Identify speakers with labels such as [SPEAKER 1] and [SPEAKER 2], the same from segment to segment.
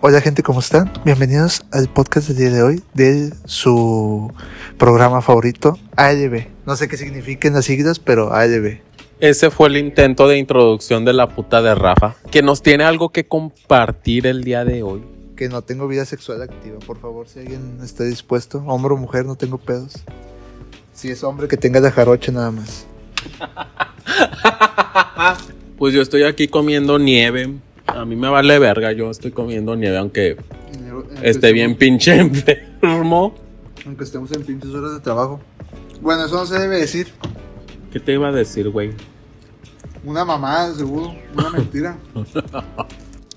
[SPEAKER 1] Hola gente, ¿cómo están? Bienvenidos al podcast del día de hoy de su programa favorito, ALB. No sé qué signifiquen las siglas, pero ALB.
[SPEAKER 2] Ese fue el intento de introducción de la puta de Rafa, que nos tiene algo que compartir el día de hoy.
[SPEAKER 1] Que no tengo vida sexual activa, por favor, si alguien está dispuesto, hombre o mujer, no tengo pedos. Si es hombre, que tenga la jarocha nada más.
[SPEAKER 2] Pues yo estoy aquí comiendo nieve. A mí me vale verga, yo estoy comiendo nieve, aunque esté bien pinche enfermo.
[SPEAKER 1] Aunque estemos en pinches horas de trabajo. Bueno, eso no se debe decir.
[SPEAKER 2] ¿Qué te iba a decir, güey?
[SPEAKER 1] Una mamada, seguro. Una mentira.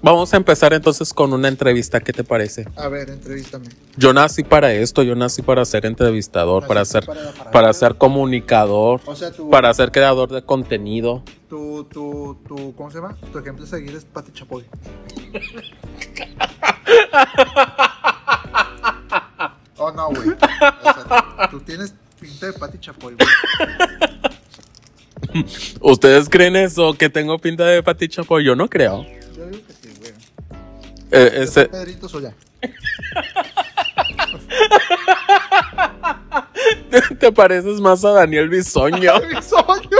[SPEAKER 2] Vamos a empezar entonces con una entrevista, ¿qué te parece?
[SPEAKER 1] A ver, entrevístame.
[SPEAKER 2] Yo nací para esto, yo nací para ser entrevistador, para ser, para ser comunicador,
[SPEAKER 1] O sea, tu,
[SPEAKER 2] para ser creador de contenido.
[SPEAKER 1] tu, tu, tu, ¿cómo se llama? Tu ejemplo a seguir es Pati Chapoy. Oh, no, güey. O sea, tú tienes pinta de Pati Chapoy, güey.
[SPEAKER 2] ¿Ustedes creen eso? ¿Que tengo pinta de Pati Chapoy? Yo no creo.
[SPEAKER 1] Yo digo que sí, güey.
[SPEAKER 2] Eh,
[SPEAKER 1] Yo soy
[SPEAKER 2] ese,
[SPEAKER 1] Pedrito Soya.
[SPEAKER 2] te pareces más a Daniel Bisoño.
[SPEAKER 1] Bisoño,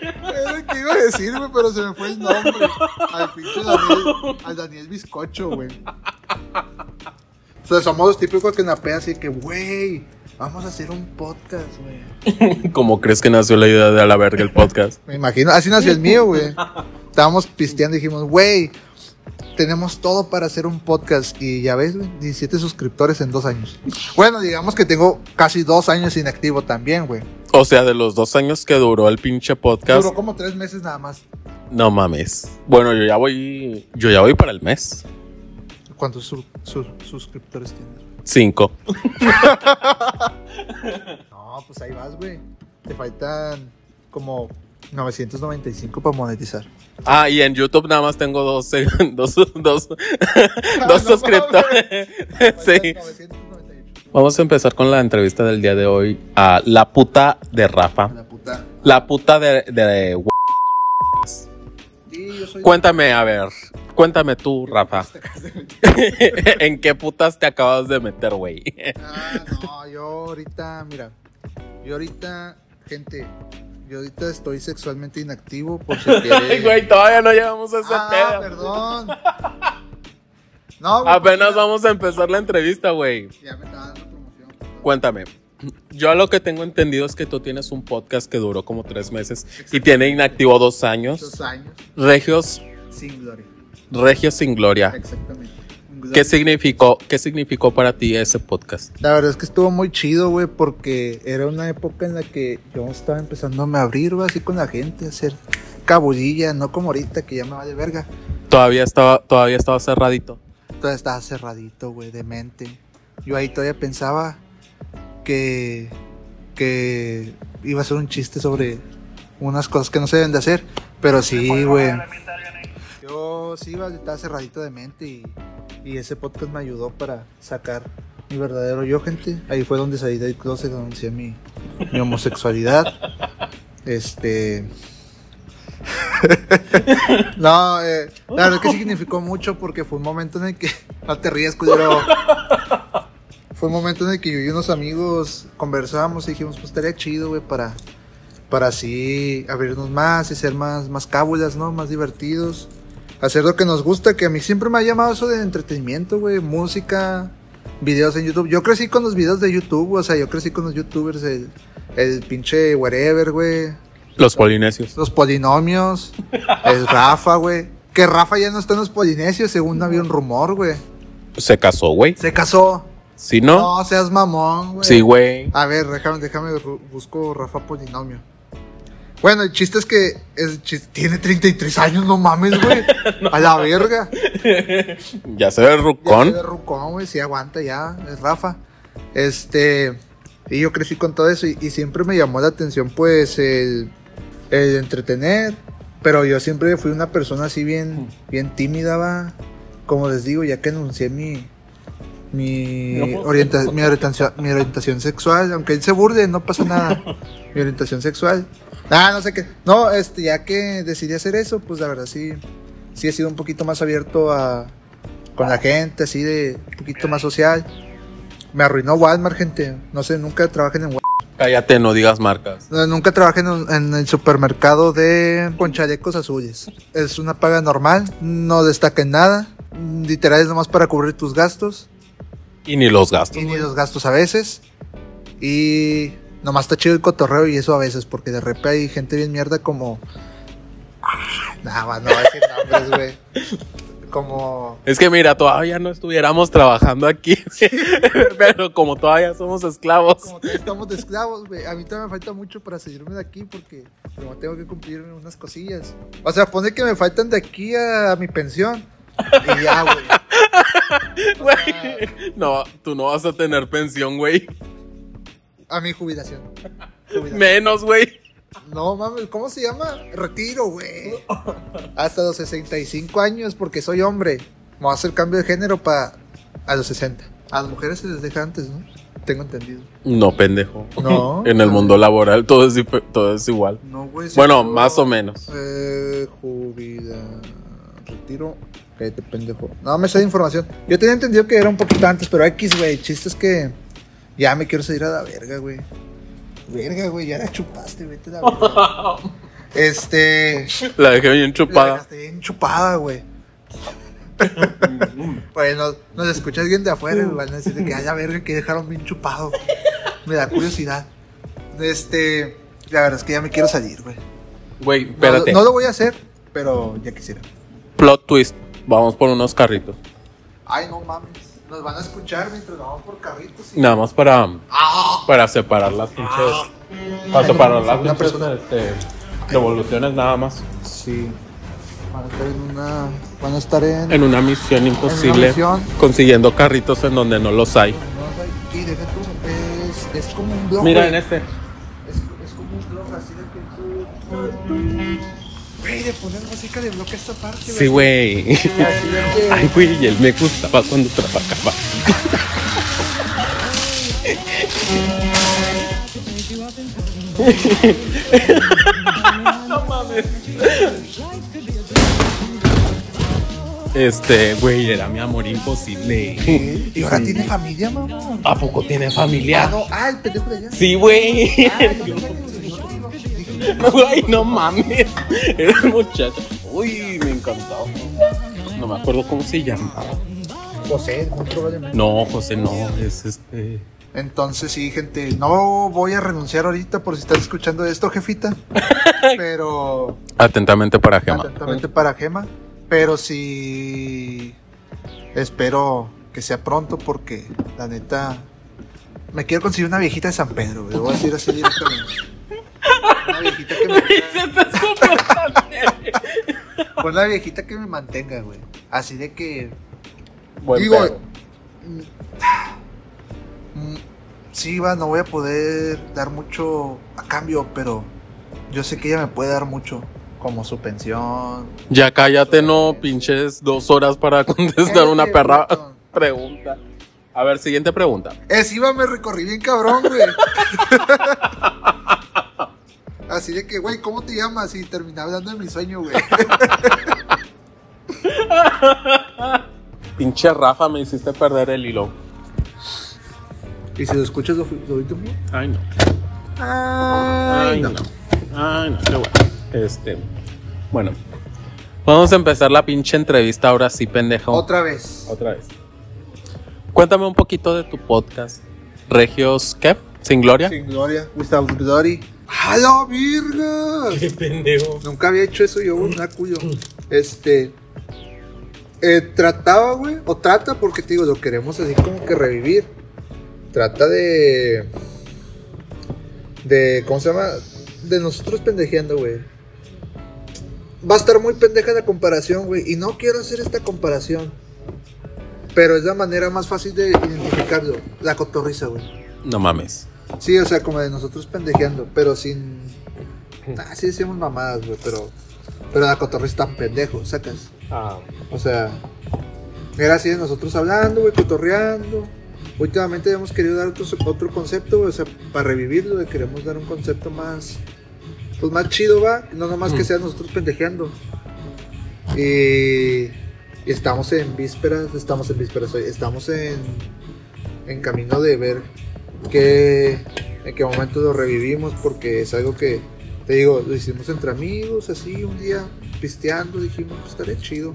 [SPEAKER 1] Es lo que iba a decir, güey, pero se me fue el nombre. Al pinche Daniel, al Daniel Bizcocho, güey. O sea, somos los típicos que napea así que, güey, vamos a hacer un podcast, güey.
[SPEAKER 2] ¿Cómo crees que nació la idea de a la verga el podcast?
[SPEAKER 1] Me imagino, así nació el mío, güey. Estábamos pisteando y dijimos, güey, tenemos todo para hacer un podcast. Y ya ves, güey, 17 suscriptores en dos años. Bueno, digamos que tengo casi dos años inactivo también, güey.
[SPEAKER 2] O sea, de los dos años que duró el pinche podcast,
[SPEAKER 1] Duró como tres meses nada más.
[SPEAKER 2] no mames. Bueno, yo ya voy, yo ya voy para el mes.
[SPEAKER 1] ¿Cuántos su- su- suscriptores tienes?
[SPEAKER 2] Cinco.
[SPEAKER 1] No, pues ahí vas, güey. Te faltan como 995 para monetizar.
[SPEAKER 2] Ah, y en YouTube nada más tengo dos, eh, dos, dos,
[SPEAKER 1] no
[SPEAKER 2] dos suscriptores. Sí. Vamos a empezar con la entrevista del día de hoy a la puta de Rafa.
[SPEAKER 1] La puta.
[SPEAKER 2] La puta de, de-
[SPEAKER 1] Sí, yo soy.
[SPEAKER 2] Cuéntame, a ver. Cuéntame tú, Rafa. ¿En qué putas te acabas de meter, güey?
[SPEAKER 1] Ah, no, yo ahorita, mira. Yo ahorita, gente, yo ahorita estoy sexualmente inactivo por si
[SPEAKER 2] Ay,
[SPEAKER 1] quiere-
[SPEAKER 2] güey, todavía no llegamos a ese
[SPEAKER 1] Ah,
[SPEAKER 2] pedo.
[SPEAKER 1] perdón. No, güey,
[SPEAKER 2] Apenas
[SPEAKER 1] porque
[SPEAKER 2] vamos a empezar la entrevista, güey.
[SPEAKER 1] Ya ya me está dando promoción.
[SPEAKER 2] Cuéntame. Yo lo que tengo entendido es que tú tienes un podcast que duró como tres meses y tiene inactivo dos años.
[SPEAKER 1] Muchos años
[SPEAKER 2] Regios,
[SPEAKER 1] sin gloria.
[SPEAKER 2] Regios sin gloria.
[SPEAKER 1] Exactamente.
[SPEAKER 2] ¿Qué significó, qué significó para ti ese podcast?
[SPEAKER 1] La verdad es que estuvo muy chido, güey, porque era una época en la que yo estaba empezándome a abrir, güey, así con la gente, a hacer cabullilla, no como ahorita que ya me va de verga.
[SPEAKER 2] Todavía estaba, todavía estaba cerradito.
[SPEAKER 1] Todavía estaba cerradito, güey, de mente. Yo ahí todavía pensaba que, que iba a ser un chiste sobre unas cosas que no se deben de hacer, pero sí, güey. Yo sí iba, estaba cerradito de mente y, y ese podcast me ayudó para sacar mi verdadero yo, gente. Ahí fue donde salí del closet, anuncié mi, mi homosexualidad. Este. no, eh, la verdad es que significó mucho porque fue un momento en el que. No te rías, culero. Fue un momento en el que yo y unos amigos conversábamos y dijimos, pues estaría chido, güey, para, para así abrirnos más y ser más, más cábulas, ¿no? Más divertidos. Hacer lo que nos gusta, que a mí siempre me ha llamado eso de entretenimiento, güey, música, videos en YouTube. Yo crecí con los videos de YouTube, o sea, yo crecí con los youtubers, el, el pinche wherever, güey,
[SPEAKER 2] Los polinesios.
[SPEAKER 1] los polinomios, el Rafa, güey. Que Rafa ya no está en los polinesios, según había un rumor, güey.
[SPEAKER 2] Se casó, güey.
[SPEAKER 1] Se casó.
[SPEAKER 2] Si no,
[SPEAKER 1] No, seas mamón, güey.
[SPEAKER 2] sí, güey.
[SPEAKER 1] A ver, déjame, déjame, ru- busco Rafa Polinomio. Bueno, el chiste es que el chis- tiene 33 años, no mames, güey. A la verga.
[SPEAKER 2] Ya se ve
[SPEAKER 1] Ya se
[SPEAKER 2] rucón.
[SPEAKER 1] ve rucón, güey, sí aguanta ya, es Rafa. Este, y yo crecí con todo eso y, y siempre me llamó la atención, pues, el, el entretener. Pero yo siempre fui una persona así bien, bien tímida, va. Como les digo, ya que anuncié mi, mi,
[SPEAKER 2] No.
[SPEAKER 1] orienta- mi, orientación, mi orientación sexual, aunque él se burde, no pasa nada. mi orientación sexual. Ah, no sé qué. No, este, ya que decidí hacer eso, pues la verdad sí, sí he sido un poquito más abierto a, con la gente, así de un poquito más social. Me arruinó Walmart, gente. No sé, nunca trabajen en Walmart.
[SPEAKER 2] Cállate, no digas marcas.
[SPEAKER 1] No, Nunca trabajé en, un- en el supermercado de con chalecos azules. Es una paga normal, no destaca en nada. Literal es nomás para cubrir tus gastos.
[SPEAKER 2] Y ni los gastos.
[SPEAKER 1] Y ni
[SPEAKER 2] güey.
[SPEAKER 1] los gastos a veces. Y nomás está chido el cotorreo y eso a veces, porque de repente hay gente bien mierda como. Ah, Nada, más, no voy a decir nombres, güey. Como.
[SPEAKER 2] Es que mira, todavía no estuviéramos trabajando aquí, pero como todavía somos esclavos.
[SPEAKER 1] Como que estamos de esclavos, güey. A mí todavía me falta mucho para salirme de aquí porque como tengo que cumplir unas cosillas. O sea, pone que me faltan de aquí a, mi pensión. Y ya, güey. O sea,
[SPEAKER 2] Güey, no, tú no vas a tener pensión, güey.
[SPEAKER 1] a mi jubilación. Jubilación.
[SPEAKER 2] Menos, güey.
[SPEAKER 1] No mames, ¿cómo se llama? Retiro, güey. Hasta los 65 años, porque soy hombre. Me voy a hacer cambio de género para a los 60. A las mujeres se les deja antes, ¿no? Tengo entendido.
[SPEAKER 2] No, pendejo.
[SPEAKER 1] No.
[SPEAKER 2] En el mundo laboral todo es, dif- todo es igual.
[SPEAKER 1] No, güey. se
[SPEAKER 2] Bueno,
[SPEAKER 1] acabó.
[SPEAKER 2] más o menos.
[SPEAKER 1] Eh, jubila. Retiro. Cállate, pendejo. No me sé de información. Yo tenía entendido que era un poquito antes, pero X, güey. Chistes que. Ya me quiero salir a la verga, güey. Verga, güey. Ya la chupaste, vete a la verga. este.
[SPEAKER 2] La dejé bien
[SPEAKER 1] La
[SPEAKER 2] chupada.
[SPEAKER 1] dejaste bien chupada, güey. Bueno, nos escucha alguien de afuera y van a decir que haya verga que dejaron bien chupado. Me da curiosidad. Este, la verdad es que ya me quiero salir, güey.
[SPEAKER 2] Güey,
[SPEAKER 1] No,
[SPEAKER 2] espérate.
[SPEAKER 1] no lo voy a hacer, pero ya quisiera.
[SPEAKER 2] Plot twist. Vamos por unos carritos.
[SPEAKER 1] Ay, no mames. Nos van a escuchar mientras vamos por carritos y.
[SPEAKER 2] Nada más para,
[SPEAKER 1] ¡Ah!
[SPEAKER 2] para separar las pinches. Para separar las
[SPEAKER 1] Una
[SPEAKER 2] pinches
[SPEAKER 1] persona.
[SPEAKER 2] este, devoluciones nada más.
[SPEAKER 1] Sí. Van a estar en una. Van a estar en.
[SPEAKER 2] En una misión imposible.
[SPEAKER 1] misión.
[SPEAKER 2] Consiguiendo carritos en donde no los hay.
[SPEAKER 1] Y deja tú, es, es como un blog.
[SPEAKER 2] Mira
[SPEAKER 1] güey.
[SPEAKER 2] en este.
[SPEAKER 1] Es, es como un blog así de que tú. Güey, de poner música de bloque esta parte,
[SPEAKER 2] Sí, güey.
[SPEAKER 1] Así de que-
[SPEAKER 2] Ay, güey, él me gustaba cuando trabajaba. no mames. Este, güey, era mi amor imposible.
[SPEAKER 1] Y ahora tiene familia, mamá.
[SPEAKER 2] ¿A poco tiene
[SPEAKER 1] Ah,
[SPEAKER 2] familia?
[SPEAKER 1] no, ah, el pendejo de allá.
[SPEAKER 2] Sí, güey.
[SPEAKER 1] Ay, no, no, no, no, no, no.
[SPEAKER 2] Güey, no mames. Era un muchacho. Uy, me encantaba. No me acuerdo cómo se llamaba.
[SPEAKER 1] José, muy probablemente.
[SPEAKER 2] No, José, no, es este.
[SPEAKER 1] Entonces, sí, gente, no voy a renunciar ahorita por si estás escuchando esto, jefita. Pero.
[SPEAKER 2] Atentamente para Gemma.
[SPEAKER 1] Atentamente para Gema. Pero sí. Espero que sea pronto porque, la neta. Me quiero conseguir una viejita de San Pedro, güey. Voy a decir así directamente. Una viejita que me. Una Pues viejita que me mantenga, güey. Así de que. Digo, mm, sí, va, no voy a poder dar mucho a cambio, pero yo sé que ella me puede dar mucho, como su pensión.
[SPEAKER 2] Ya cállate, no pinches dos horas para contestar una
[SPEAKER 1] Cállate,
[SPEAKER 2] perra
[SPEAKER 1] puto.
[SPEAKER 2] pregunta. A ver, siguiente pregunta.
[SPEAKER 1] Eh, sí, va, me recorrí bien cabrón, güey. Así de que, güey, ¿cómo te llamas? Y terminé hablando de mi sueño, güey.
[SPEAKER 2] Pinche Rafa, me hiciste perder el hilo.
[SPEAKER 1] ¿Y si lo escuchas, lo, lo tú mío?
[SPEAKER 2] Ay, no.
[SPEAKER 1] Ay,
[SPEAKER 2] Ay, no. Ay, no, qué bueno. Este. Bueno. Vamos a empezar la pinche entrevista ahora sí, pendejo.
[SPEAKER 1] Otra vez.
[SPEAKER 2] Otra vez. Cuéntame un poquito de tu podcast. Regios, ¿qué? ¿Sin gloria?
[SPEAKER 1] Sin gloria. Without glory. ¡A la virga!
[SPEAKER 2] pendejo.
[SPEAKER 1] Nunca había hecho eso yo, güey, nada cuyo. Este. eh, trataba, güey, o trata, porque te digo, lo queremos así como que revivir. Trata de. De. ¿Cómo se llama? De nosotros pendejeando, güey. Va a estar muy pendeja la comparación, güey. Y no quiero hacer esta comparación. Pero es la manera más fácil de identificarlo. La cotorriza, güey.
[SPEAKER 2] No mames.
[SPEAKER 1] Sí, o sea, como de nosotros pendejeando, pero sin. Ah, sí decimos mamadas, güey, pero. Pero la cotorriza es tan pendejo, sacas.
[SPEAKER 2] Ah.
[SPEAKER 1] O sea. Era así de nosotros hablando, güey, cotorreando. Últimamente hemos querido dar otro, otro concepto, güey, o sea, para revivirlo, le queremos dar un concepto más. Pues más chido, va. No nomás que
[SPEAKER 2] Mm.
[SPEAKER 1] sea nosotros pendejeando. Y. Estamos en vísperas, estamos en vísperas hoy, estamos en, en camino de ver qué, en qué momento lo revivimos, porque es algo que, te digo, lo hicimos entre amigos, así, un día pisteando, dijimos, pues estaría chido.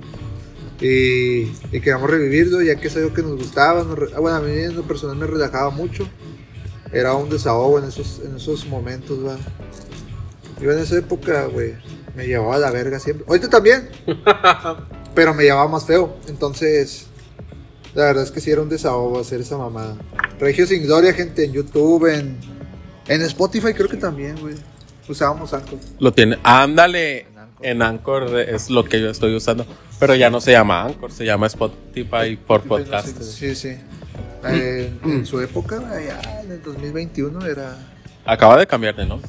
[SPEAKER 1] Y, y queríamos revivirlo, ya que es algo que nos gustaba, nos re- ah, bueno, a mí en lo personal me relajaba mucho, era un desahogo en esos, en esos momentos, va. Yo en esa época, güey, me llevaba a la verga siempre. Ahorita también, pero me llevaba más feo. Entonces, la verdad es que sí era un desahogo hacer esa mamada. Regio sin gloria, gente, en YouTube, en, en Spotify creo que también, güey. Usábamos Anchor.
[SPEAKER 2] Lo tiene. Ándale.
[SPEAKER 1] En Anchor.
[SPEAKER 2] En Anchor es lo que yo estoy usando. Pero ya no se llama Anchor, se llama Spotify por podcast.
[SPEAKER 1] Sí, sí. Eh, en su época, allá en el 2021 era...
[SPEAKER 2] Acaba de cambiarte, ¿no?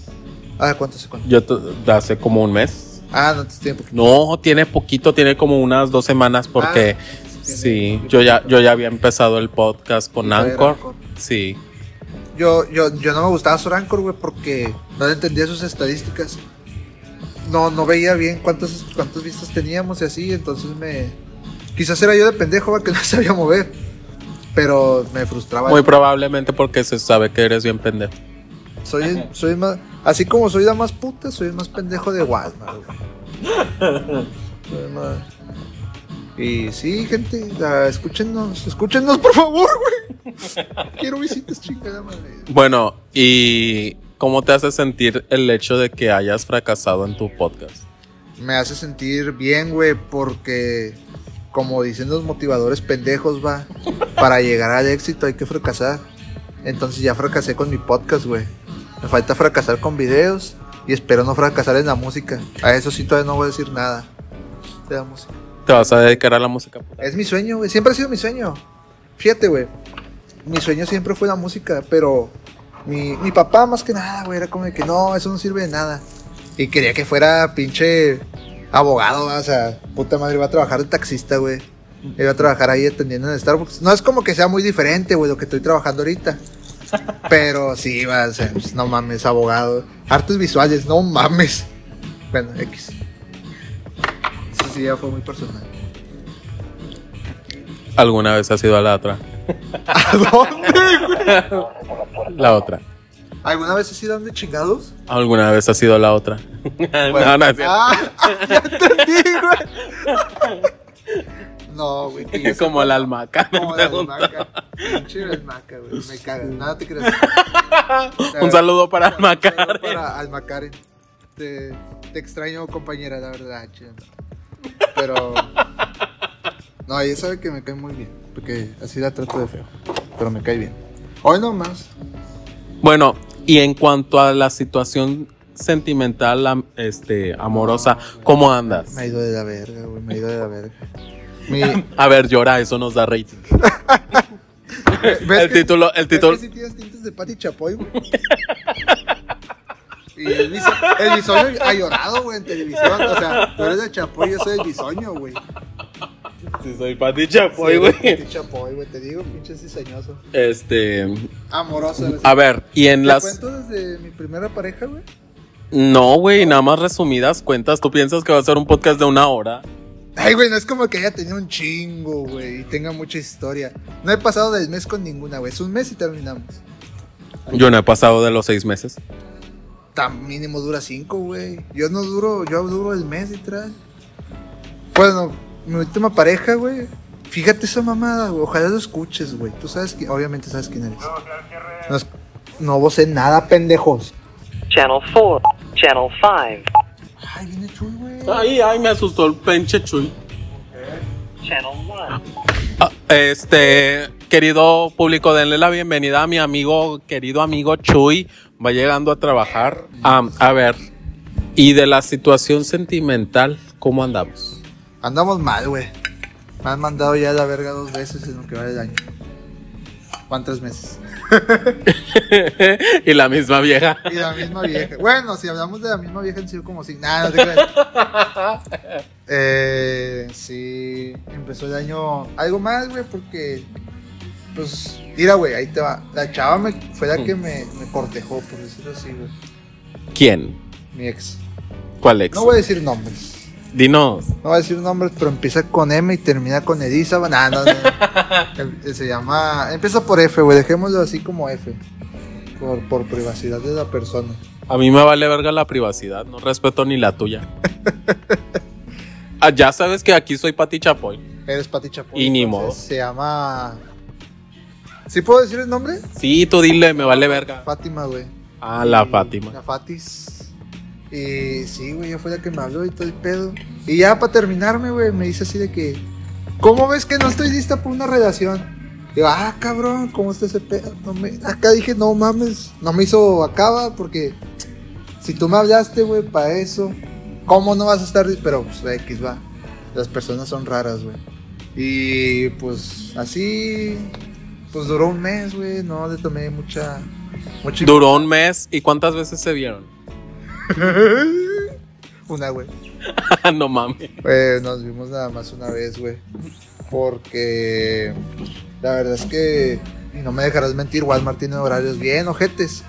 [SPEAKER 1] Ah, ¿cuánto hace cuánto?
[SPEAKER 2] Yo t- hace como un mes.
[SPEAKER 1] Ah, no, tiempo.
[SPEAKER 2] No, tiene poquito, tiene como unas dos semanas
[SPEAKER 1] Ah,
[SPEAKER 2] porque sí, yo ya, yo ya había empezado el podcast con
[SPEAKER 1] Era
[SPEAKER 2] Anchor.
[SPEAKER 1] Anchor.
[SPEAKER 2] Sí.
[SPEAKER 1] Yo, yo, yo no me gustaba usar Anchor, güey, porque no le entendía sus estadísticas. No, no veía bien cuántas cuántas vistas teníamos y así, entonces me... Quizás era yo de pendejo, güey, que no sabía mover. Pero me frustraba.
[SPEAKER 2] Muy probablemente porque se sabe que eres bien pendejo.
[SPEAKER 1] Soy, el- soy el más... Así como soy la más puta, soy el más pendejo de Walmart, güey. Soy el más- Y sí, gente, la- escúchenos, escúchenos, por favor, güey. Quiero visitas, chingada madre.
[SPEAKER 2] Bueno, ¿y cómo te hace sentir el hecho de que hayas fracasado en tu podcast?
[SPEAKER 1] me hace sentir bien, güey, porque como dicen los motivadores pendejos, va, para llegar al éxito hay que fracasar. Entonces ya fracasé con mi podcast, güey. Me falta fracasar con videos y espero no fracasar en la música. A eso sí todavía no voy a decir nada. De la música.
[SPEAKER 2] ¿Te vas a dedicar a la música? puta?
[SPEAKER 1] Es mi sueño, güey. Siempre ha sido mi sueño. Fíjate, güey. Mi sueño siempre fue la música, pero mi, mi papá más que nada, güey, era como de que no, eso no sirve de nada. Y quería que fuera pinche abogado, ¿va? o sea, puta madre, iba a trabajar de taxista, güey. Iba a trabajar ahí atendiendo en Starbucks. No es como que sea muy diferente, güey, lo que estoy trabajando ahorita. Pero sí, va, o sea, pues, no mames, abogado. Artes visuales, no mames. Bueno, X. Eso sí ya fue muy personal.
[SPEAKER 2] ¿Alguna vez has ido a la otra?
[SPEAKER 1] ¿A dónde?
[SPEAKER 2] La otra.
[SPEAKER 1] ¿Alguna vez has ido a donde chingados?
[SPEAKER 2] ¿Alguna vez has ido a la otra? no, no, es cierto.
[SPEAKER 1] Ah, ya entendí, güey. No, güey. que yo
[SPEAKER 2] Como la almaca.
[SPEAKER 1] soy como la almaca. Pinche almaca, güey. Me caga. Nada te creas.
[SPEAKER 2] Un saludo para
[SPEAKER 1] Un saludo
[SPEAKER 2] Almacar.
[SPEAKER 1] Para Almacaren. Te, te extraño, compañera, la verdad, chido. Pero. No, ella sabe que me cae muy bien. Porque así la trato de feo. Pero me cae bien. Hoy nomás.
[SPEAKER 2] Bueno, y en cuanto a la situación sentimental, am- este, amorosa, ¿cómo andas?
[SPEAKER 1] Me ha ido de la verga, güey. Me ha ido de la verga. Mi,
[SPEAKER 2] A ver, llora, eso nos da rating. El título, el título.
[SPEAKER 1] Si tienes tintes de Pati Chapoy, güey. Y el, biso- el bisoño ha llorado, güey, en televisión. O sea, tú eres de Chapoy, yo soy el bisoño, güey.
[SPEAKER 2] Sí, soy Pati Chapoy,
[SPEAKER 1] Sí,
[SPEAKER 2] güey.
[SPEAKER 1] Pati Chapoy, güey, te digo, pinche diseñoso.
[SPEAKER 2] Este,
[SPEAKER 1] Amoroso. güey.
[SPEAKER 2] a ver, y en
[SPEAKER 1] ¿Te
[SPEAKER 2] Ah, las
[SPEAKER 1] cuento desde mi primera pareja, güey?
[SPEAKER 2] No, güey, nada más resumidas cuentas, tú piensas que va a ser un podcast de una hora.
[SPEAKER 1] Ay, güey, no es como que haya tenido un chingo, güey, y tenga mucha historia. No he pasado del mes con ninguna, güey. Es un mes y terminamos.
[SPEAKER 2] Yo no he pasado de los seis meses.
[SPEAKER 1] Tan mínimo dura cinco, güey. Yo no duro, yo duro el mes literal. Bueno, mi última pareja, güey. Fíjate esa mamada, güey. Ojalá lo escuches, güey. Tú sabes que, obviamente sabes quién eres. No, es- no vocé nada, pendejos.
[SPEAKER 3] Channel 4, Channel 5,
[SPEAKER 1] Ay, viene Chuy, güey.
[SPEAKER 2] Ay, ay, me asustó el penche chuy.
[SPEAKER 3] Channel 1,
[SPEAKER 2] Ah, Este, querido público, denle la bienvenida a mi amigo, querido amigo Chuy. Va llegando a trabajar. Am, a ver, y de la situación sentimental, ¿cómo andamos?
[SPEAKER 1] Andamos mal, güey. Me han mandado ya a la verga dos veces en lo que va el año. Van tres meses.
[SPEAKER 2] y la misma vieja.
[SPEAKER 1] Y la misma vieja. Bueno, si hablamos de la misma vieja, han sido como si nada, no te creas. Eh, sí, empezó el año algo más, güey, porque. Pues, mira, güey, ahí te va. La chava me, fue la que me, me cortejó, por decirlo así, güey.
[SPEAKER 2] ¿Quién?
[SPEAKER 1] Mi ex.
[SPEAKER 2] ¿Cuál ex?
[SPEAKER 1] No voy a decir nombres.
[SPEAKER 2] Dinos.
[SPEAKER 1] No voy a decir nombres, pero empieza con M y termina con Edizaban. Ah, no, no. Em- Se llama. Empieza por F, güey. Dejémoslo así como F. Por, por privacidad de la persona.
[SPEAKER 2] A mí me vale verga la privacidad, no respeto ni la tuya. Ah, ya sabes que aquí soy Pati Chapoy.
[SPEAKER 1] Eres Pati Chapoy.
[SPEAKER 2] Y ni
[SPEAKER 1] entonces,
[SPEAKER 2] modo.
[SPEAKER 1] Se llama. ¿Sí puedo decir el nombre?
[SPEAKER 2] Sí, tú dile, me vale verga.
[SPEAKER 1] Fátima, güey.
[SPEAKER 2] Ah, la
[SPEAKER 1] Y-
[SPEAKER 2] Fátima.
[SPEAKER 1] La Fatis. Y sí, güey, ella fue la que me habló y todo el pedo. Y ya para terminarme, güey, me dice así de que, ¿cómo ves que no estoy lista para una relación? Digo, ah, cabrón, ¿cómo está ese pedo? No me- Acá dije, no mames, no me hizo acaba porque si tú me hablaste, güey, para eso, ¿cómo no vas a estar? li-?" Pero, pues, la X va. Las personas son raras, güey. Y pues así, pues duró un mes, güey, no le tomé mucha... mucha
[SPEAKER 2] Duró un mes y cuántas veces se vieron.
[SPEAKER 1] Una, güey.
[SPEAKER 2] no mames.
[SPEAKER 1] Eh, nos vimos nada más una vez, güey. Porque la verdad es que, y no me dejarás mentir, Walmart tiene horarios bien ojetes.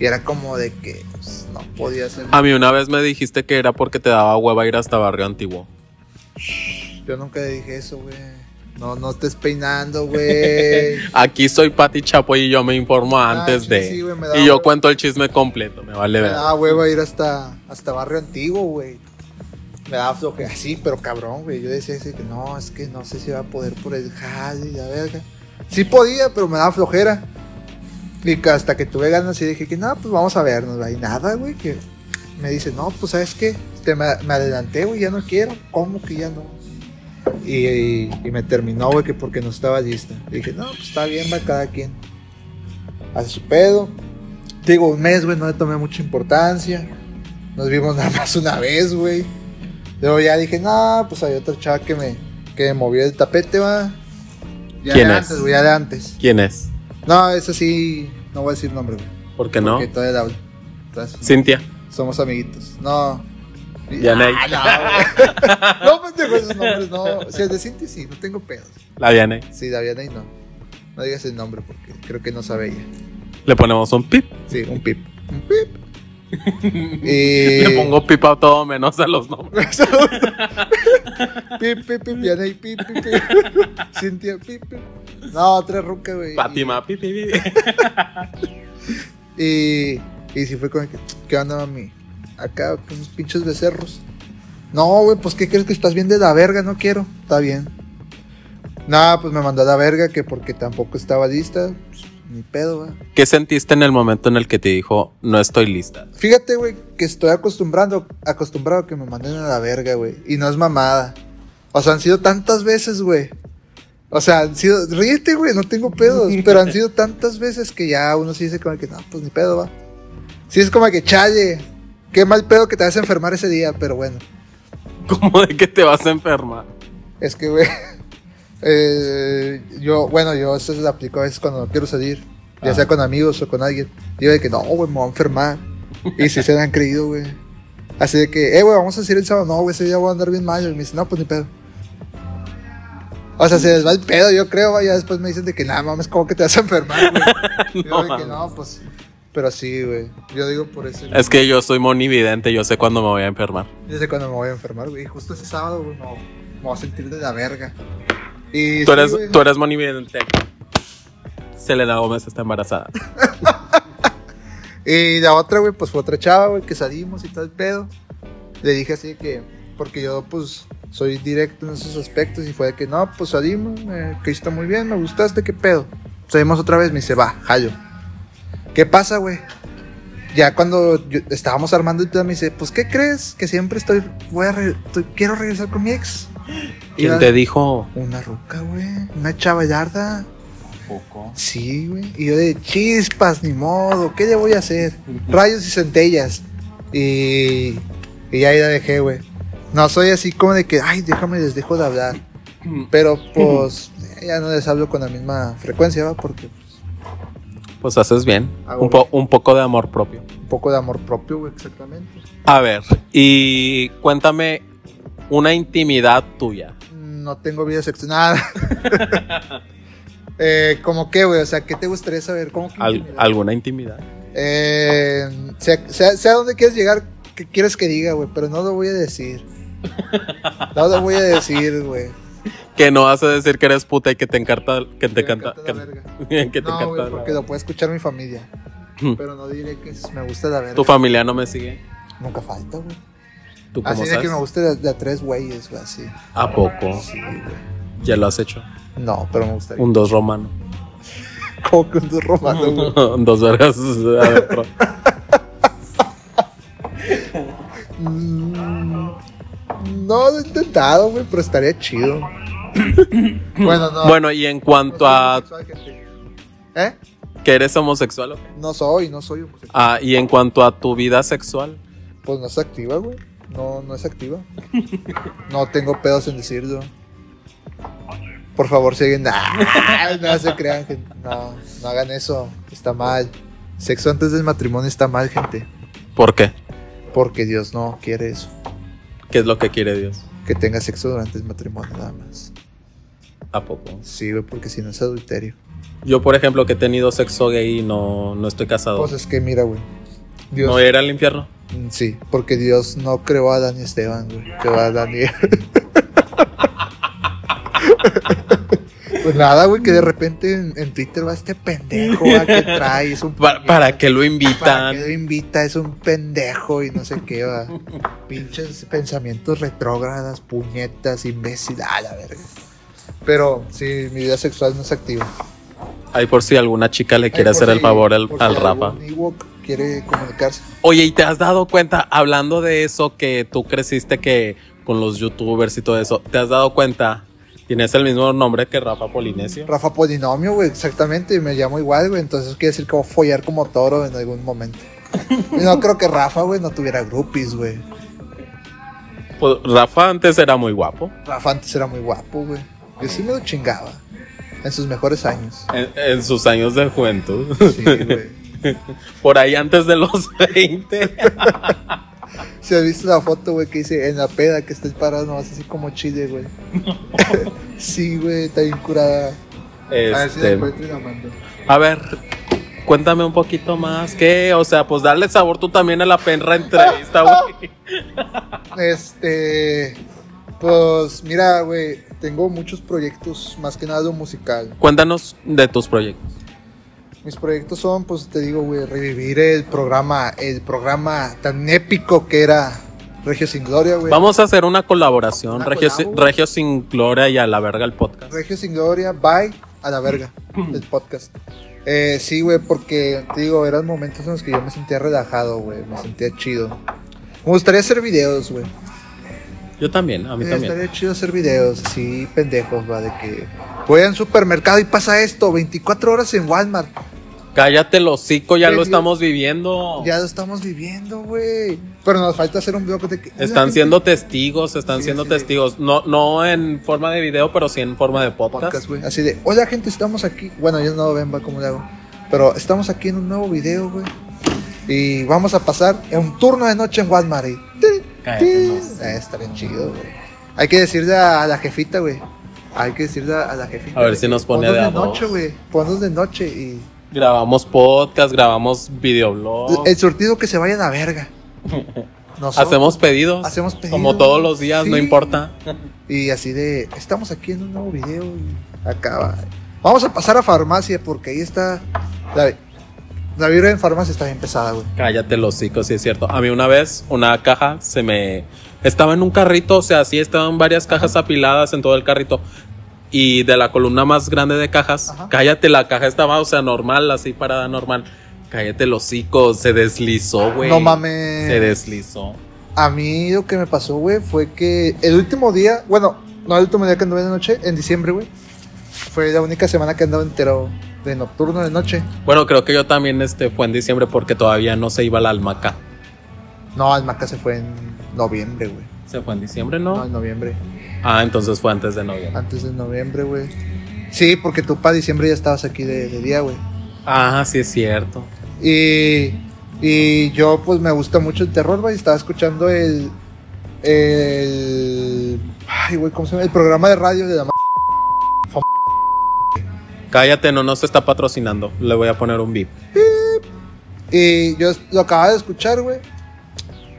[SPEAKER 1] Y era como de que pues, no podía ser.
[SPEAKER 2] A mí una vez me dijiste que era porque te daba hueva ir hasta barrio antiguo.
[SPEAKER 1] Yo nunca dije eso, güey. No, no estés peinando, güey.
[SPEAKER 2] Aquí soy Pati Chapoy y yo me informo antes
[SPEAKER 1] Ah, sí,
[SPEAKER 2] de.
[SPEAKER 1] sí, güey, me da
[SPEAKER 2] y yo
[SPEAKER 1] hueva.
[SPEAKER 2] cuento el chisme completo, me vale
[SPEAKER 1] Me
[SPEAKER 2] verga.
[SPEAKER 1] daba hueva ir hasta, hasta barrio antiguo, güey. Me daba flojera, así, pero cabrón, güey. Yo decía así que no, es que no sé si va a poder por el jale y la verga. Sí podía, pero me daba flojera. Y que hasta que tuve ganas y dije que no, pues vamos a vernos, güey. Y nada, güey, que me dice, no, pues sabes qué, Te- me, me adelanté, güey, ya no quiero. ¿Cómo que ya no? Y, y- y me terminó, güey, que porque no estaba lista. Y dije, no, pues está bien, va cada quien. Hace su pedo. Digo, un mes, güey, no le tomé mucha importancia. Nos vimos nada más una vez, güey. Luego ya dije, no, pues hay otra chava que me, que me movió el tapete, va. Ya
[SPEAKER 2] ¿Quién
[SPEAKER 1] de
[SPEAKER 2] es?
[SPEAKER 1] antes, güey, ya de antes.
[SPEAKER 2] ¿Quién es?
[SPEAKER 1] No, eso sí, no voy a decir nombre, güey.
[SPEAKER 2] ¿Por qué no?
[SPEAKER 1] Porque todavía la hablo. Entonces,
[SPEAKER 2] Cintia.
[SPEAKER 1] Somos amiguitos. No.
[SPEAKER 2] Vianey.
[SPEAKER 1] Ah, no, güey. no, pendejo, esos nombres no. Si es de Cinti, sí, no tengo pedos.
[SPEAKER 2] La Vianey.
[SPEAKER 1] Sí, de Vianey no. No digas el nombre porque creo que no sabe ella.
[SPEAKER 2] Le ponemos un pip.
[SPEAKER 1] Sí, un pip. Un pip. Y...
[SPEAKER 2] Le pongo pip a todo menos a los nombres.
[SPEAKER 1] Pip, pip, pip, Vianey, pip, pip, pip. Cintia, pip, pip. No, otra ruca, güey.
[SPEAKER 2] Fátima, pip, pip, pip.
[SPEAKER 1] Y, y si fue con el que, ¿qué onda, mami? Acá, con unos pinches becerros. No, güey, pues ¿qué crees que estás bien de la verga? No quiero. Está bien. Nada, pues me mandó a la verga que porque tampoco estaba lista. pues, ni pedo, va.
[SPEAKER 2] ¿Qué sentiste en el momento en el que te dijo no estoy lista?
[SPEAKER 1] Fíjate, güey, que estoy acostumbrando, acostumbrado a que me manden a la verga, güey. Y no es mamada. O sea, han sido tantas veces, güey. O sea, han sido. Ríete, güey, no tengo pedos. pero han sido tantas veces que ya uno se dice como que no, pues ni pedo, va. Sí, es como que challe. Qué mal pedo que te vas a enfermar ese día, pero bueno.
[SPEAKER 2] ¿Cómo de que te vas a enfermar?
[SPEAKER 1] Es que, güey. eh, yo, bueno, yo eso lo aplico a veces cuando no quiero salir. Ya
[SPEAKER 2] Ah.
[SPEAKER 1] sea con amigos o con alguien. Digo de que no, güey, me voy a enfermar. Y si se le han creído, güey. Así de que, eh, güey, vamos a salir el sábado. No, güey, ese día voy a andar bien mal. Y me dicen, no, pues ni pedo. O sea, se les va el pedo, yo creo, güey. Ya después me dicen de que, nada, mames, ¿cómo que te vas a enfermar, güey? Digo de que
[SPEAKER 2] mames.
[SPEAKER 1] no, pues. Pero sí, güey. Yo digo por eso.
[SPEAKER 2] Es que yo soy monividente, yo sé cuándo me voy a enfermar.
[SPEAKER 1] Desde cuando me voy a enfermar, güey. Justo ese sábado, güey, no, me voy a sentir de la verga. Y
[SPEAKER 2] Tú
[SPEAKER 1] sí,
[SPEAKER 2] eres,
[SPEAKER 1] güey.
[SPEAKER 2] tú eres monividente. Selena Gómez está embarazada.
[SPEAKER 1] Y la otra, güey, pues fue otra chava, güey, que salimos y todo el pedo. Le dije así que, porque yo, pues, soy directo en esos aspectos. Y fue de que, no, pues salimos, eh, que está muy bien, me gustaste, qué pedo. Salimos otra vez, me dice, va, jallo. ¿Qué pasa, güey? Ya cuando yo- estábamos armando el plan, me dice, pues, ¿qué crees? Que siempre estoy, voy a re- estoy- quiero regresar con mi ex. Y
[SPEAKER 2] ¿Quién
[SPEAKER 1] la-
[SPEAKER 2] te dijo?
[SPEAKER 1] Una roca, güey. Una chavallarda. Sí, güey. Y yo de chispas, ni modo. ¿Qué le voy a hacer? Rayos y centellas. Y, y ahí la dejé, güey. No soy así como de que, ay, déjame, les dejo de hablar. Pero pues ya no les hablo con la misma frecuencia, ¿va? Porque
[SPEAKER 2] Pues haces bien.
[SPEAKER 1] Hago
[SPEAKER 2] Un, po- un poco de amor propio.
[SPEAKER 1] un poco de amor propio, güey, exactamente.
[SPEAKER 2] A ver, y cuéntame una intimidad tuya.
[SPEAKER 1] No tengo vida sexual, nada. eh, ¿Cómo qué, güey? O sea, ¿qué te gustaría saber? ¿Cómo que
[SPEAKER 2] Al-
[SPEAKER 1] intimidad?
[SPEAKER 2] ¿Alguna intimidad?
[SPEAKER 1] Eh, sea, sea, sea dónde quieres llegar, que quieres que diga, güey, pero no lo voy a decir. No te voy a decir, güey.
[SPEAKER 2] Que no vas a decir que eres puta y que te encanta. Que te
[SPEAKER 1] Que me
[SPEAKER 2] encanta.
[SPEAKER 1] encanta
[SPEAKER 2] Que,
[SPEAKER 1] la
[SPEAKER 2] que te
[SPEAKER 1] No,
[SPEAKER 2] encanta.
[SPEAKER 1] güey,
[SPEAKER 2] la-
[SPEAKER 1] porque lo puede escuchar mi familia.
[SPEAKER 2] Hmm.
[SPEAKER 1] Pero no diré que me gusta la verga.
[SPEAKER 2] Tu familia no me sigue.
[SPEAKER 1] Nunca falta, güey.
[SPEAKER 2] ¿Tú cómo
[SPEAKER 1] Así de
[SPEAKER 2] sabes?
[SPEAKER 1] que me guste de, de a tres güeyes, güey, así.
[SPEAKER 2] ¿A poco?
[SPEAKER 1] Sí, güey.
[SPEAKER 2] Ya lo has hecho.
[SPEAKER 1] No, pero me gustaría.
[SPEAKER 2] Un dos romano.
[SPEAKER 1] Como que un dos romano, güey.
[SPEAKER 2] Un dos vergas adentro.
[SPEAKER 1] Mm, No lo he intentado, güey, pero estaría chido. bueno, no.
[SPEAKER 2] Bueno, y en
[SPEAKER 1] no
[SPEAKER 2] cuanto
[SPEAKER 1] soy
[SPEAKER 2] a
[SPEAKER 1] homosexual, gente. ¿Eh?
[SPEAKER 2] que eres homosexual, ¿o qué?
[SPEAKER 1] No soy, no soy homosexual.
[SPEAKER 2] Ah, y en cuanto a tu vida sexual,
[SPEAKER 1] Pues no es activa, güey. No, no es activa. No tengo pedos en decirlo. Por favor, si alguien. Nah, no se crean, gente. No, no hagan eso. Está mal. Sexo antes del matrimonio está mal, gente.
[SPEAKER 2] ¿por qué?
[SPEAKER 1] Porque Dios no quiere eso.
[SPEAKER 2] ¿Qué es lo que quiere Dios?
[SPEAKER 1] Que tenga sexo durante el matrimonio, nada más.
[SPEAKER 2] ¿A poco?
[SPEAKER 1] Sí, güey, porque si no es adulterio.
[SPEAKER 2] Yo, por ejemplo, que he tenido sexo gay y no, no estoy casado.
[SPEAKER 1] Pues es que mira, güey. Dios.
[SPEAKER 2] ¿No era al infierno?
[SPEAKER 1] Mm, Sí, porque Dios no creó a Dani Esteban, güey. Creó a Dani. pues nada, güey, que de repente en, en Twitter va este pendejo a que trae. Es un
[SPEAKER 2] ¿Para, para qué lo
[SPEAKER 1] ¿Para
[SPEAKER 2] invitan?
[SPEAKER 1] qué lo invita? Es un pendejo y no sé qué va. Pinches pensamientos retrógradas, puñetas, imbécil, a la verga. Pero sí, mi vida sexual no es activa.
[SPEAKER 2] Ahí por si alguna chica le quiere
[SPEAKER 1] Ay, por
[SPEAKER 2] hacer el
[SPEAKER 1] si-
[SPEAKER 2] favor al,
[SPEAKER 1] por si
[SPEAKER 2] al
[SPEAKER 1] algún
[SPEAKER 2] Rafa.
[SPEAKER 1] Ewok quiere comunicarse.
[SPEAKER 2] Oye, ¿y te has dado cuenta, hablando de eso, que tú creciste que con los youtubers y todo eso, ¿te has dado cuenta? Tienes el mismo nombre que Rafa Polinesio.
[SPEAKER 1] Rafa Polinomio, güey, exactamente, y me llamo igual, güey, entonces quiere decir que voy a follar como toro en algún momento. Y no creo que Rafa, güey, no tuviera groupies, güey.
[SPEAKER 2] Pues, Rafa antes era muy guapo.
[SPEAKER 1] Rafa antes era muy guapo, güey. Yo sí me lo chingaba, en sus mejores años.
[SPEAKER 2] En, en sus años de juventud.
[SPEAKER 1] Sí, güey.
[SPEAKER 2] Por ahí antes de los 20.
[SPEAKER 1] Ah, Si has visto la foto, güey, que dice en la peda que estés parado nomás así como chile, güey. sí, güey, está bien curada. A ver si la
[SPEAKER 2] Este,
[SPEAKER 1] encuentro y la mando.
[SPEAKER 2] a ver, cuéntame un poquito más. ¿Qué? O sea, pues darle sabor tú también a la perra entrevista, güey.
[SPEAKER 1] Este, pues mira, güey, tengo muchos proyectos, más que nada de lo musical.
[SPEAKER 2] Cuéntanos de tus proyectos.
[SPEAKER 1] Mis proyectos son, pues te digo, güey, revivir el programa, el programa tan épico que era Regio sin Gloria, güey.
[SPEAKER 2] Vamos a hacer una colaboración.
[SPEAKER 1] Una
[SPEAKER 2] Regio,
[SPEAKER 1] colabo,
[SPEAKER 2] sin-
[SPEAKER 1] güey.
[SPEAKER 2] Regio sin Gloria y a la verga el podcast.
[SPEAKER 1] Regio sin Gloria, bye, a la verga, el podcast. Eh, sí, güey, porque te digo, eran momentos en los que yo me sentía relajado, güey, me sentía chido. Me gustaría hacer videos, güey.
[SPEAKER 2] Yo también, a mí
[SPEAKER 1] Eh,
[SPEAKER 2] también.
[SPEAKER 1] Estaría chido hacer videos así pendejos, va, de que voy al supermercado y pasa esto, 24 horas en Walmart.
[SPEAKER 2] Cállate el hocico, ya
[SPEAKER 1] Sí,
[SPEAKER 2] lo
[SPEAKER 1] sí.
[SPEAKER 2] estamos viviendo.
[SPEAKER 1] Ya lo estamos viviendo, güey. Pero nos falta hacer un video que te...
[SPEAKER 2] Están siendo testigos, están
[SPEAKER 1] Sí,
[SPEAKER 2] siendo
[SPEAKER 1] sí, sí.
[SPEAKER 2] testigos. No, no en forma de video, pero sí en forma de podcast.
[SPEAKER 1] podcast, güey. Así de, hola gente, estamos aquí. Bueno, ellos no ven, va, cómo le hago. Pero estamos aquí en un nuevo video, güey. Y vamos a pasar en un turno de noche en Walmart. Y... tin,
[SPEAKER 2] Cállate,
[SPEAKER 1] tin.
[SPEAKER 2] no
[SPEAKER 1] Eh, está bien chido, güey. Hay que decirle a la jefita, güey. Hay que decirle a la jefita.
[SPEAKER 2] A ver
[SPEAKER 1] güey,
[SPEAKER 2] si nos pone
[SPEAKER 1] ponnos
[SPEAKER 2] de a
[SPEAKER 1] de noche,
[SPEAKER 2] dos.
[SPEAKER 1] güey. Ponnos de noche y.
[SPEAKER 2] Grabamos podcast, grabamos videoblog.
[SPEAKER 1] El surtido que se vaya a la verga. Nosotros.
[SPEAKER 2] Hacemos pedidos.
[SPEAKER 1] Hacemos pedidos.
[SPEAKER 2] Como todos los días, no
[SPEAKER 1] Sí.
[SPEAKER 2] importa.
[SPEAKER 1] Y así de, estamos aquí en un nuevo video y acaba. Vamos a pasar a farmacia porque ahí está. La, la vibra en farmacia está bien pesada, güey.
[SPEAKER 2] Cállate los hocico, sí es cierto. A mí una vez una caja se me... Estaba en un carrito, o sea, sí estaban varias cajas apiladas en todo el carrito. Y de la columna más grande de cajas,
[SPEAKER 1] Ajá.
[SPEAKER 2] cállate, la caja estaba, o sea, normal, así parada normal. Cállate los hocico, se deslizó, güey.
[SPEAKER 1] no
[SPEAKER 2] Se
[SPEAKER 1] mames.
[SPEAKER 2] deslizó.
[SPEAKER 1] A mí lo que me pasó, güey, fue que el último día, bueno, no el último día que anduve de noche, en diciembre, güey, fue la única semana que andaba entero de nocturno de noche.
[SPEAKER 2] Bueno, creo que yo también este, fue en diciembre porque todavía no se iba la almaca.
[SPEAKER 1] No, Almaca se fue en noviembre, güey.
[SPEAKER 2] ¿Se fue en diciembre,
[SPEAKER 1] No,
[SPEAKER 2] no?
[SPEAKER 1] en noviembre.
[SPEAKER 2] Ah, entonces fue antes de noviembre.
[SPEAKER 1] Antes de noviembre, güey. Sí, porque tú para diciembre ya estabas aquí de- de día, güey.
[SPEAKER 2] Ah, sí es cierto.
[SPEAKER 1] Y, y yo, pues me gusta mucho el terror, güey. Estaba escuchando el. El. Ay, güey, ¿cómo se llama? El programa de radio de la. ma-
[SPEAKER 2] Cállate, no nos está patrocinando. Le voy a poner un VIP.
[SPEAKER 1] Y yo lo acababa de escuchar, güey.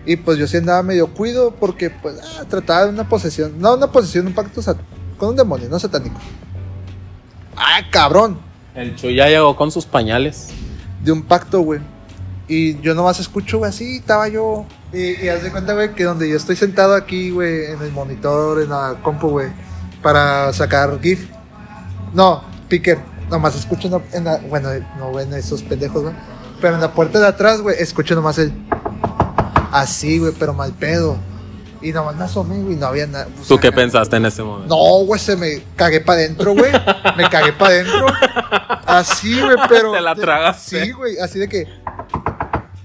[SPEAKER 1] Y pues yo sí andaba medio cuido porque pues ah, trataba de una posesión, no una posesión, un pacto sat- con un demonio, no satánico. Ah, cabrón,
[SPEAKER 2] El Chuy ya llegó con sus pañales.
[SPEAKER 1] de un pacto, güey. Y yo nomás escucho, güey, así estaba yo. Y, y haz de cuenta, güey, que donde yo estoy sentado aquí, güey, en el monitor, en la compu, güey, para sacar GIF. No, Picker, nomás escucho en la, en la- Bueno, no ven esos pendejos, güey. Pero en la puerta de atrás, güey, escucho nomás el. Así, güey, pero mal pedo. Y nomás me asomé, güey, no había nada.
[SPEAKER 2] ¿Tú qué pensaste en ese momento?
[SPEAKER 1] No, güey, se me cagué para adentro, güey. Me cagué para adentro. Así, güey, pero.
[SPEAKER 2] Te la tragaste.
[SPEAKER 1] Sí, güey, así de que.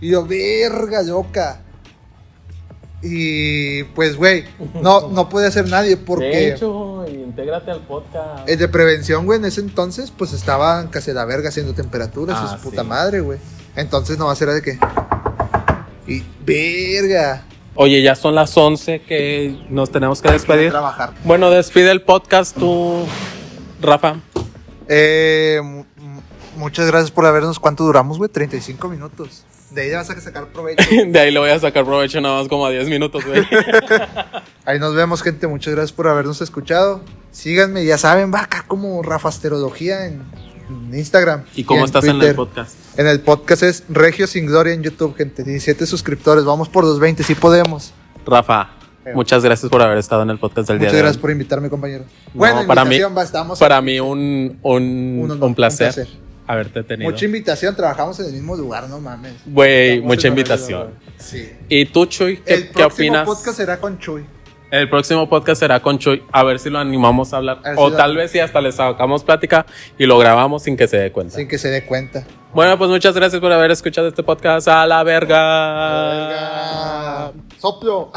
[SPEAKER 1] Y yo, verga, loca. Y pues, güey, no, no puede hacer nadie porque
[SPEAKER 2] hecho, intégrate al podcast.
[SPEAKER 1] el de prevención, güey, en ese entonces, pues estaban casi a la verga haciendo temperaturas,
[SPEAKER 2] Ah,
[SPEAKER 1] su puta
[SPEAKER 2] sí.
[SPEAKER 1] madre, güey. Entonces no va a ser de que. Y verga.
[SPEAKER 2] Oye, ya son las 11 que nos tenemos que
[SPEAKER 1] Voy a
[SPEAKER 2] despedir.
[SPEAKER 1] trabajar.
[SPEAKER 2] Bueno, despide el podcast tú, Rafa.
[SPEAKER 1] Eh, mu- mu- muchas gracias por habernos. ¿Cuánto duramos, güey? 35 minutos. De ahí ya vas a sacar provecho.
[SPEAKER 2] De ahí le voy a sacar provecho nada más como a 10 minutos, güey.
[SPEAKER 1] Ahí nos vemos, gente. Muchas gracias por habernos escuchado. Síganme, ya saben, va acá como Rafasterología en, en Instagram.
[SPEAKER 2] ¿Y cómo estás en
[SPEAKER 1] Twitter.
[SPEAKER 2] el podcast?
[SPEAKER 1] En el podcast es Regio Sin Gloria en YouTube, gente. 17 suscriptores. Vamos por los 20, si podemos.
[SPEAKER 2] Rafa, muchas gracias por haber estado en el podcast del
[SPEAKER 1] Muchas
[SPEAKER 2] día de
[SPEAKER 1] gracias
[SPEAKER 2] hoy.
[SPEAKER 1] por invitarme, compañero.
[SPEAKER 2] No,
[SPEAKER 1] bueno,
[SPEAKER 2] para mí,
[SPEAKER 1] invitación, va, estamos.
[SPEAKER 2] para mí un, un,
[SPEAKER 1] Un honor,
[SPEAKER 2] un placer,
[SPEAKER 1] un placer.
[SPEAKER 2] haberte tenido.
[SPEAKER 1] Mucha invitación, trabajamos en el mismo lugar, no mames.
[SPEAKER 2] Güey,
[SPEAKER 1] Estamos
[SPEAKER 2] mucha
[SPEAKER 1] en horario
[SPEAKER 2] invitación.
[SPEAKER 1] laboral. Sí.
[SPEAKER 2] ¿Y tú, Chuy? ¿Qué,
[SPEAKER 1] El
[SPEAKER 2] qué
[SPEAKER 1] próximo
[SPEAKER 2] opinas?
[SPEAKER 1] podcast será con Chuy.
[SPEAKER 2] El próximo podcast será con Chuy. A ver si lo animamos a hablar.
[SPEAKER 1] A ver si
[SPEAKER 2] o
[SPEAKER 1] lo-
[SPEAKER 2] tal vez si hasta le sacamos plática y lo grabamos sin que se dé cuenta.
[SPEAKER 1] Sin que se dé cuenta.
[SPEAKER 2] Bueno, pues muchas gracias por haber escuchado este podcast. A la verga.
[SPEAKER 1] Venga. Soplo.